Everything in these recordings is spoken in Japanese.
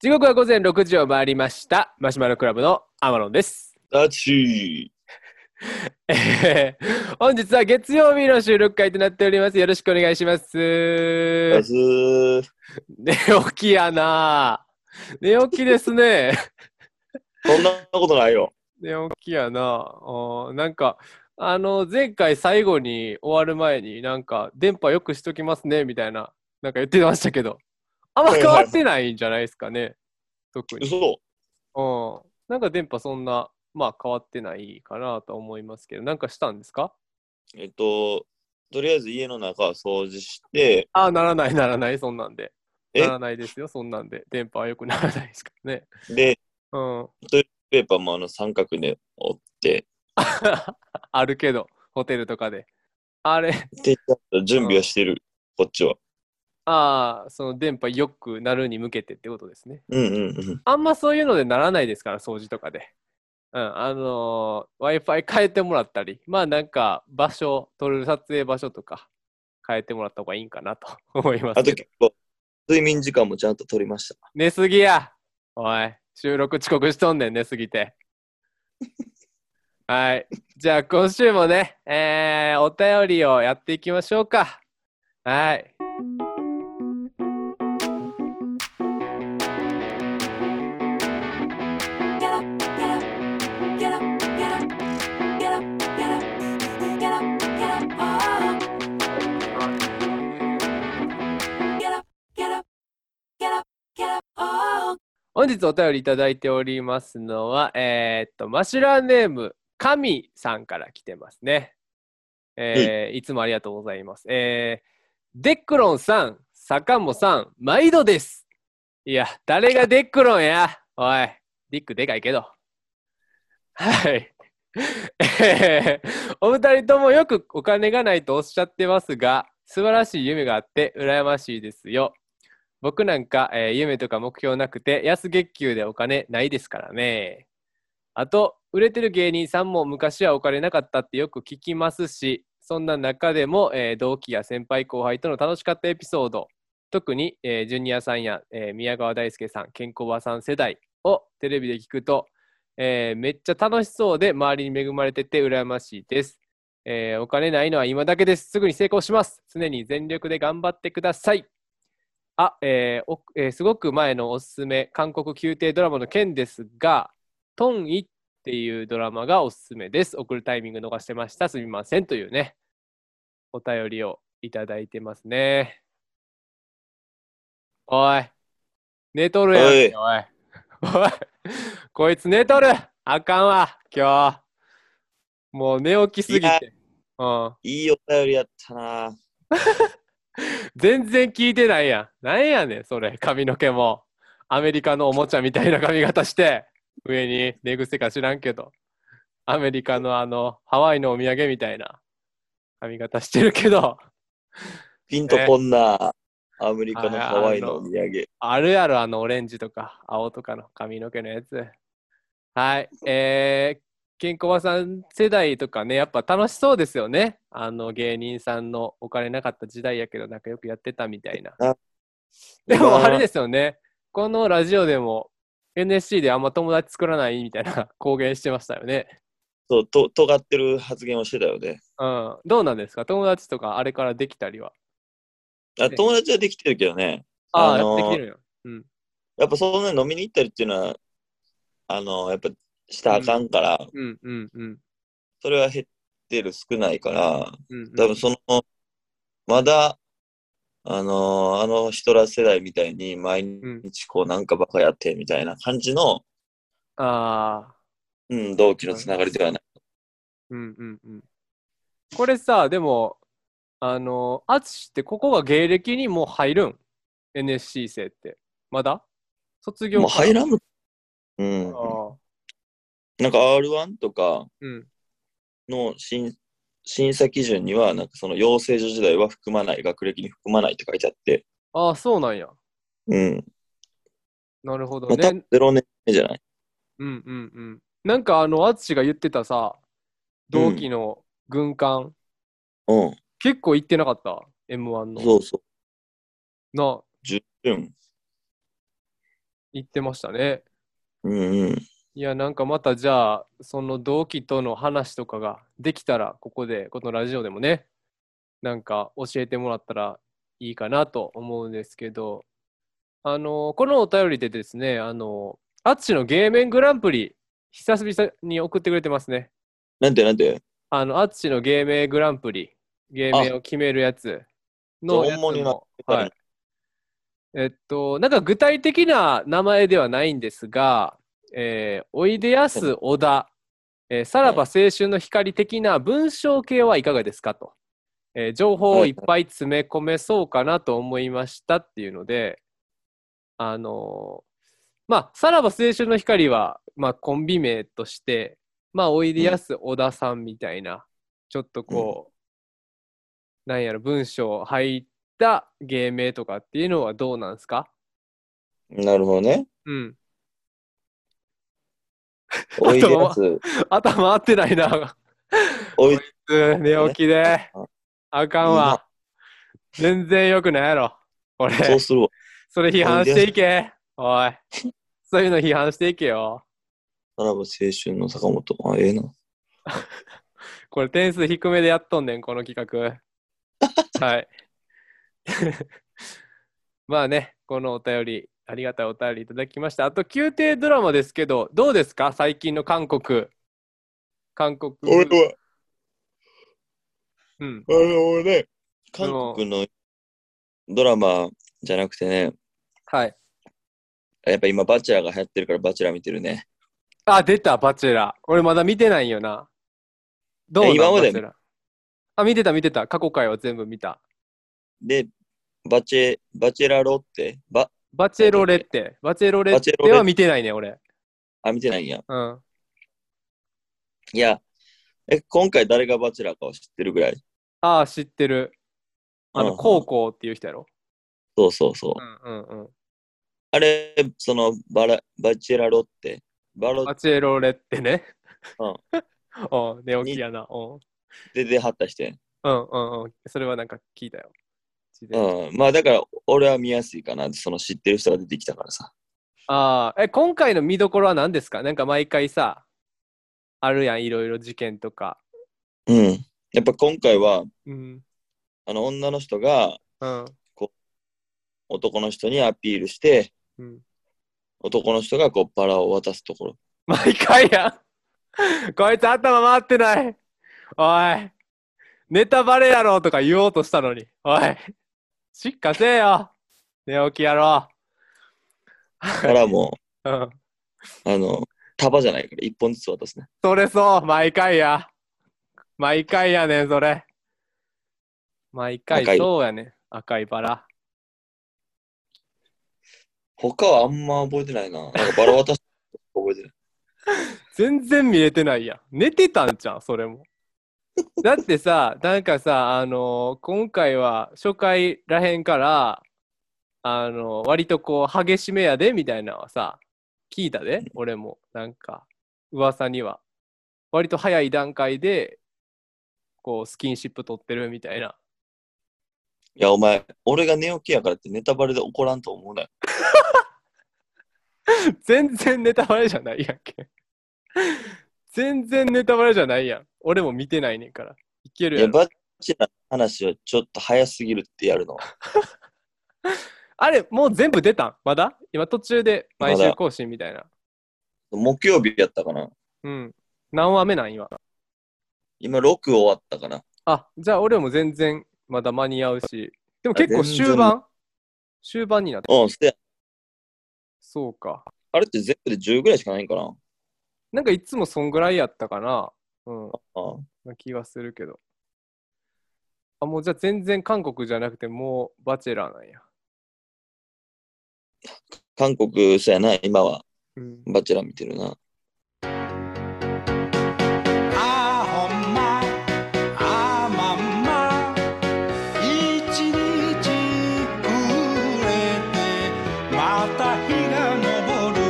時刻は午前6時を回りましたマシュマロクラブのアマロンです ダチえー本日は月曜日の収録会となっておりますよろしくお願いしますーダズー寝起きやな寝起きですね そんなことないよ。寝起きやなおーなんかあの前回最後に終わる前になんか電波よくしときますねみたいななんか言ってましたけどあんま変わってないんじゃないですかね特に嘘うんなんか電波そんなまあ変わってないかなと思いますけどなんかしたんですかえっと、とりあえず家の中は掃除して、ああならないならないそんなんでえならないですよそんなんで電波は良くならないですからねで、うんペーパーもあの三角で折って、 あるけどホテルとかであれで、準備はしてる、こっちは。ああ、その電波良くなるに向けてってことですね。うんうんうん。あんまそういうのでならないですから、掃除とかで。うん、あのー Wi-Fi 変えてもらったり、まあなんか場所、撮る撮影場所とか変えてもらった方がいいんかなと思いまあすとけど。結構、睡眠時間もちゃんと取りました。寝すぎやおい、収録遅刻しとんねん、寝すぎて。はい。じゃあ今週もね、えー、お便りをやっていきましょうか。はい。 Get up, get up, get up, get up, get up, get up, get up, get up, oh. Get up, get up, get up, get up, oh. 本日お便りいただいておりますのは、えーっと、マシュラーネーム、神さんから来てますね。えーいつもありがとうございます。えーデックロンさん、坂本さん、毎度です。いや、誰がデックロンや。おい、ディックでかいけど。はい。えーお二人ともよくお金がないとおっしゃってますが、素晴らしい夢があって、羨ましいですよ。僕なんか、えー夢とか目標なくて安月給でお金ないですからね。あと売れてる芸人さんも昔はお金なかったってよく聞きますしそんな中でも、えー同期や先輩後輩との楽しかったエピソード特に、えージュニアさんや、えー宮川大輔さん健康ばさん世代をテレビで聞くと、えーめっちゃ楽しそうで周りに恵まれてて羨ましいです。えーお金ないのは今だけです。すぐに成功します。常に全力で頑張ってください。あ、えーおえーすごく前のおすすめ、韓国宮廷ドラマの件ですが、トンイっていうドラマがおすすめです。送るタイミング逃してました。すみません。というね、お便りをいただいてますね。おい、寝とるやんけ、おい。おい、こいつ寝とるあかんわ、今日。もう寝起きすぎいやて。うん。いいお便りやったな全然聞いてないやん。なんやねん、それ。髪の毛も。アメリカのおもちゃみたいな髪型して、上に寝癖か知らんけど、アメリカのあの、ハワイのお土産みたいな髪型してるけど、ピンとこんな、アメリカのあハワイのお土産。あるやろ、あのオレンジとか青とかの髪の毛のやつ。はい。えー、ケンコバさん世代とかね、やっぱ楽しそうですよね。あの芸人さんのお金なかった時代やけど、なんかよくやってたみたいな。でもあれですよね。このラジオでも NSC であんま友達作らないみたいな公言してましたよね。そう、と、尖ってる発言をしてたよね。うん。どうなんですか友達とかあれからできたりは。あね友達はできてるけどね。ああ、あのーやってきてるよ。うん。やっぱそんなに飲みに行ったりっていうのは、あの、やっぱしたらあかんから、うんうんうん。それは減ってる、少ないから、うんうん、多分その、まだ、あの、あの人ら世代みたいに、毎日こうなんかバカやってみたいな感じの、ああ。うん、同期のつながりではない。うんうんうん。これさ、でも、あの、淳ってここが芸歴にもう入るん ?NSC 生って。まだ卒業もう入んらんの。うん。あなんか R1 とかーうん。の審審査基準には、なんかその養成所時代は含まない、学歴に含まないって書いてあって、ああ、そうなんや。うん。なるほどまたね。 0年目じゃない。うんうんうん。なんかあの、淳が言ってたさ、同期の軍艦、うん。結構行ってなかった ?M1 の。そうそう。な、十分。言ってましたね。うんうん。いや、なんかまたじゃあ、その同期との話とかができたら、ここで、このラジオでもね、なんか教えてもらったらいいかなと思うんですけど、あの、このお便りでですね、あの、アッチのゲーメングランプリ、久々に送ってくれてますね。なんてなんて。あの、アッチの芸名グランプリ、芸名を決めるやつのじやゃあつ本物になっも、はい。えっと、なんか具体的な名前ではないんですが、えーおいでやす小田、えーさらば青春の光的な文章系はいかがですかと、えー情報をいっぱい詰め込めそうかなと思いましたっていうので、あのーまあ、さらば青春の光は、まあ、コンビ名として、まあ、おいでやす小田さんみたいな、ちょっとこう、なんやろ、文章入った芸名とかっていうのはどうなんですかなるほ どね。うん。おいでやす。頭合ってないな。おい、うん寝起きでうん。あかんわ。全然よくないやろ。俺、そうするわ。それ批判していけ。おい。そういうの批判していけよ。さらば青春の坂本。あ、ええな。これ点数低めでやっとんねん、この企 画。はい。まあね、このお便り、ありがたいお便りいただきました。あと、宮廷ドラマですけど、どうですか最近の韓国。韓国。俺は、うん。あの、俺ね、でも韓国のドラマじゃなくてね、はい。やっぱ今バチェラーが流行ってるからバチェラー見てるね。あ、出た、バチェラー。俺まだ見てないんよな。どうなんえ今までバチェラーあ、見てた、見てた。過去回は全部見た。で、バチェ、バチェラロって、バ、バチェロレッテ。バチェロレッバチェロテレッはテ見てないね、俺。あ、見てないんや。うん。いや、え、今回誰がバチェラーかを知ってるぐらい。ああ、知ってる。あうんうの、ん高校っていう人やろ。そうそうそう。うんうんうん。あれ、その、バラ、バチェラロって、バロバっチェロレッテね。うん ん。うん、寝起きやな。うん。て出はった人やん。うんうんうん。それはなんか聞いたよ。自然うん。まあだから、俺は見やすいかな。その知ってる人が出てきたからさ。ああ、え、今回の見どころは何ですかなんか毎回さ、あるやん、いろいろ事件とか。うん。やっぱ今回は、うん。あの、女の人がうん。男の人にアピールして、うん。男の人がこう、バラを渡すところ。毎回やん。 こいつ頭回ってない。おい。ネタバレやろとか言おうとしたのに。おい。しっかせえよ。寝起きやろ。からもうん。う、あの、束じゃないから、一本ずつ渡すね。それそう。毎回や。毎回やねん、それ。毎回赤いそうやねん。赤いバラ。他はあんま覚えてないな。なんかバラ渡すと覚えてない。 全然見れてないやん。寝てたんじゃん、それも。だってさ、なんかさ、あのー今回は初回らへんから、あのー割とこう、激しめやでみたいなのはさ、聞いたで、俺も。なんか、噂には。割と早い段階で、こう、スキンシップ取ってるみたいな。いや、お前、俺が寝起きやからってネタバレで怒らんと思うなよ。全然ネタバレじゃないやんけ。全然ネタバレじゃないやん。俺も見てないねんから。いけるいやや、ろ。バチェラーの話はちょっと早すぎるってやるのは。あれ、もう全部出たんまだ今途中で毎ま週だ更新みたいな。木曜日やったかな。うん。何話目なん今。今、6終わったかな。あ、じゃあ俺も全然まだ間に合うし。でも結構あ全然終盤終盤になった。うん、せやそうか。あれって全部で10ぐらいしかないんかな。なんかいつもそんぐらいやったかな。うん。ああな気がするけど。あ、もうじゃあ全然韓国じゃなくてもうバチェラーなんや。韓国、そうやな、今はうん。バチェラー見てるな。あほんまあまんま一日暮れてまた日が昇る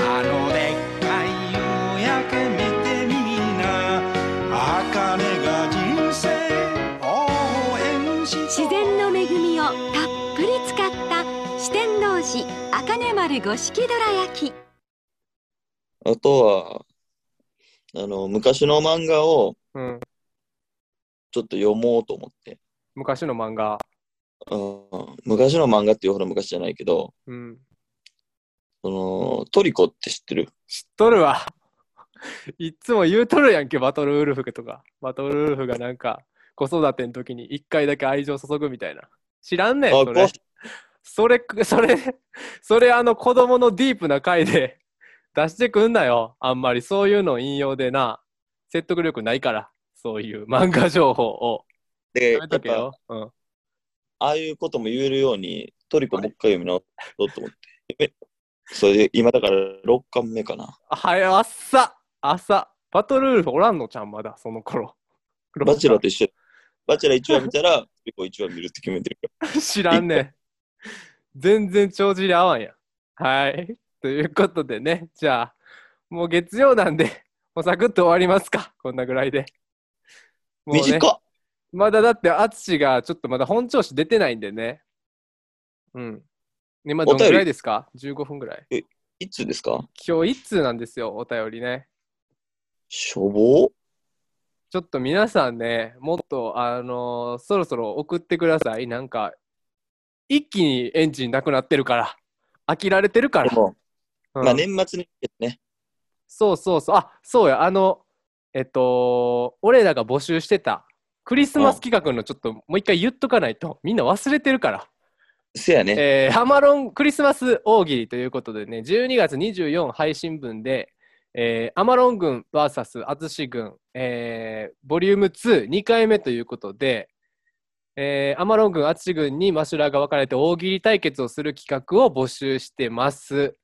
あのでっかい夕焼け見てみんな茜が人生応援し自然の恵みをたっぷり使った四天王寺茜丸五色どら焼きあとは、あの、昔の漫画をうん。ちょっと読もうと思って。昔の漫画。うん、昔の漫画っていうほど昔じゃないけど、うん。そのトリコって知ってる知っとるわ。いっつも言うとるやんけ、バトルウルフとか。バトルウルフがなんか、子育ての時に一回だけ愛情注ぐみたいな。知らんねん、あそれそこ。れ、それ、それ、あの子供のディープな回で 出してくんなよ。あんまりそういうの引用でな、説得力ないから、そういう漫画情報を。やで、やめっぱとけよ。うん。ああいうことも言えるように、トリコもう一回読み直そうと思って。それで今だから6巻目かな。あはや、あっさ、あっさ。バトルウルフおらんのちゃん、まだ、その頃。バチェラーと一緒。バチェラー1話見たら、トリコ1話見るって決めてるか 知らんねん。全然帳尻合わんやん。はい。ということでね、じゃあ、もう月曜なんで、もうサクッと終わりますか。こんなぐらいで。ら。もうね短っまだだって、淳がちょっとまだ本調子出てないんでね。うん。今どんぐらいですか ?15 分ぐらい。いつですか今日一通なんですよ、お便りね。しょぼちょっと皆さんね、もっと、あのーそろそろ送ってください。なんか、一気にエンジンなくなってるから、飽きられてるからで。も、うんまあ年末に向けてね。そうそうそう。あそうや、あの、えっと、俺らが募集してたクリスマス企画のちょっともう一回言っとかないと、みんな忘れてるから。せやね。えーハマロンクリスマス大喜利ということでね、12月24配信分で、えーアマロン軍 VS 淳軍、えーボリューム2、2回目ということで、えーアマロン軍、淳軍にマシュラーが分かれて大喜利対決をする企画を募集してます。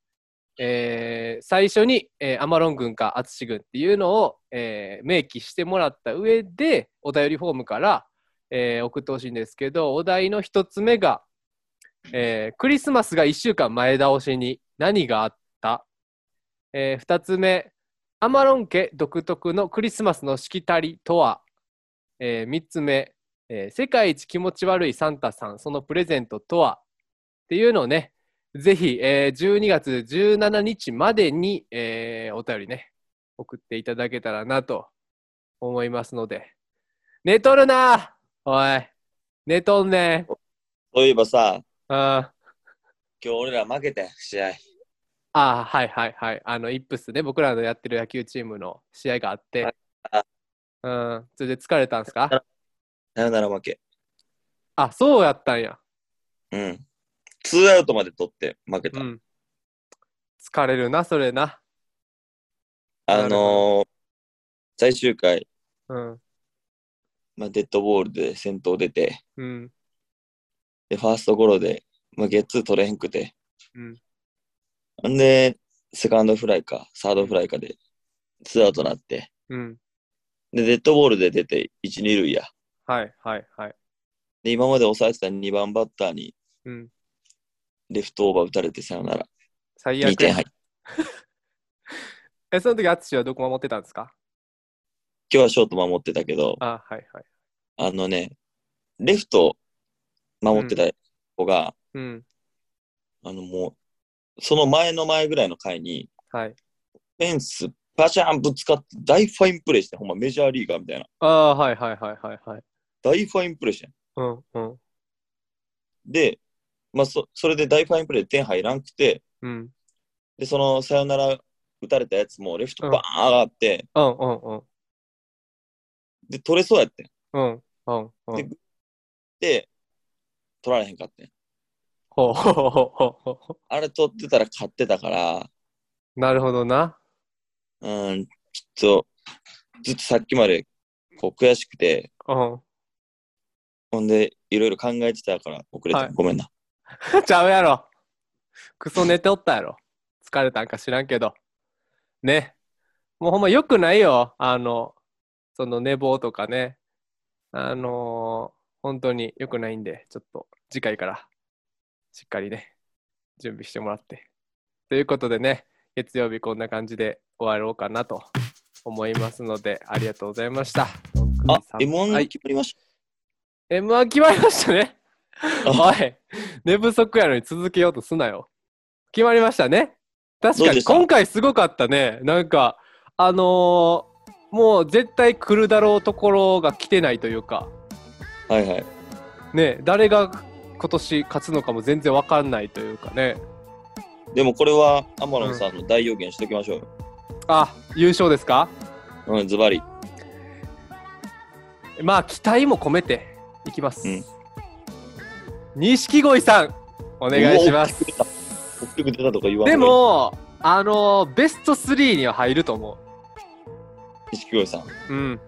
えー最初に、えーアマロン軍か淳軍っていうのを、えー明記してもらった上で、お便りフォームから、えー送ってほしいんですけど、お題の一つ目が、えークリスマスが1週間前倒しに何があった、え2つ目アマロン家独特のクリスマスのしきたりとは、え3つ目、えー世界一気持ち悪いサンタさんそのプレゼントとはっていうのをねぜひ、えー12月17日までに、えーお便りね送っていただけたらなと思いますので寝とるなおい寝とんねんそういえばさ、あー今日俺ら負けたやん試合。ああ、はいはいはい。あの、イップスで僕らのやってる野球チームの試合があってはいあ。うん。それで疲れたんすかさよなら負け。あ、そうやったんや。うん。ツーアウトまで取って負けた。うん。疲れるな、それな。あなるほのー、最終回、うん。まあ、デッドボールで先頭出て、うん。で、ファーストゴロで、まあ、ゲッツー取れへんくて。うん。んで、セカンドフライか、サードフライかで、ツーアウトなって。うん。で、デッドボールで出て、1、2塁や。はいはいはい。で、今まで抑えてた2番バッターに、うん。レフトオーバー打たれてさよなら。最2悪点や。入って。え、その時、淳はどこ守ってたんですか今日はショート守ってたけど、あはいはい。あのね、レフト守ってた子が、うん。あのもう、その前の前ぐらいの回に、はい。フェンスパシャンぶつかって大ファインプレーして、ほんまメジャーリーガーみたいな。ああ、はいはいはいはいはい。大ファインプレーしてん。うんうん。で、まあそ、それで大ファインプレーで点入らんくて、うん。で、そのさよなら打たれたやつもレフトバーン上がって、うんうんうん。で、取れそうやってん。うんうんうでん。で、取られへんかってん。ほうほうほうほうほうほあれ取ってたら勝ってたから、う。なるほどな。うん、ちょっと、ずっとさっきまでこう悔しくて、うん。ほんで、いろいろ考えてたから遅れた。はいごめんな。 ちゃうやろ。クソ寝ておったやろ。疲れたんか知らんけど。ね。もうほんま良くないよ。あの、その寝坊とかね。あのー本当に良くないんで、ちょっと次回からしっかりね、準備してもらって。ということでね、月曜日こんな感じで終わろうかなと思いますので、ありがとうございました。あ、は M1 い決まりました。 M1 決まりましたね。おい、寝不足やのに続けようとすなよ。決まりましたね。確どかうでにした今回すごかったね。なんか、あのーもう絶対来るだろうところが来てないというか、はいはい。ね、誰が今年勝つのかも全然わかんないというかね。でもこれは天野さんの大予言しときましょうよ。あ、優勝ですかうん、ズバリ。まあ、期待も込めていきますうん。錦、鯉さん、お願いします。大きく出たとか言わんで、も、あのーベスト3には入ると思錦鯉さん。う。うん。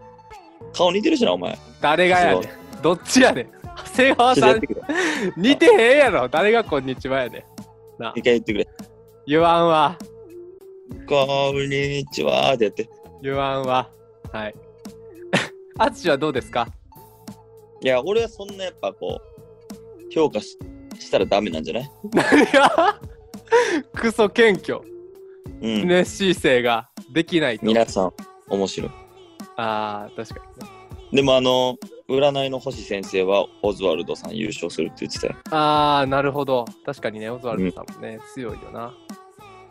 顔似てるしな、お前。誰がやねそん。どっちやねん。長谷川ちょさっとやっんてくれ。似てへんやろ誰がこんにちはやね一回言ってくれ。ん言わんわこんにちはーってやって。言わんわはい あつしはどうですか いや、俺はそんなやっぱこう、評価ししたらダメなんじゃないいやクソ謙虚うん。熱心性ができないと皆さん、面白い。あー確かにねでもあの、占いの星先生はオズワルドさん優勝するって言ってたよ。あーなるほど確かにねオズワルドさんもね、強いよな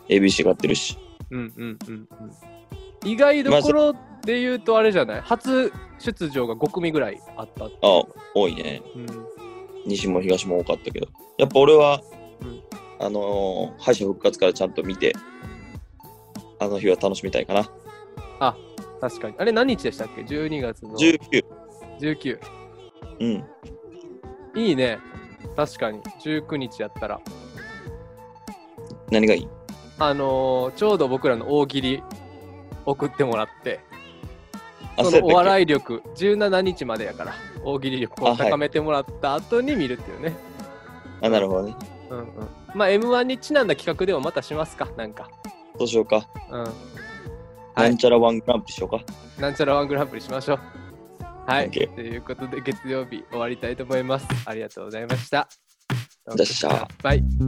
ABC 勝ってるし。うんうんうんうん意外どころで言うとあれじゃない初出場が5組ぐらいあったっていうああ、多いね。うん、西も東も多かったけど。やっぱ俺は、うんあのー敗者復活からちゃんと見て、あの日は楽しみたいかな。確かにあれ何日でしたっけ12月の19。 19うん。いいね。確かに。19日やったら。何がいいあのーちょうど僕らの大喜利送ってもらって、あ、そそうやのおったっけ笑い力、17日までやから、大喜利力あをはい高めてもらった後に見るっていうね。あ、なるほどね。うんうん。まあ、M1 にちなんだ企画でもまたしますか、なんか。どうしようか。うん。はないんちゃらワングランプリしようか。なんちゃらワングランプリしましょう。はい。 OK ということで、月曜日終わりたいと思います。ありがとうございました。どうしたバイ。 「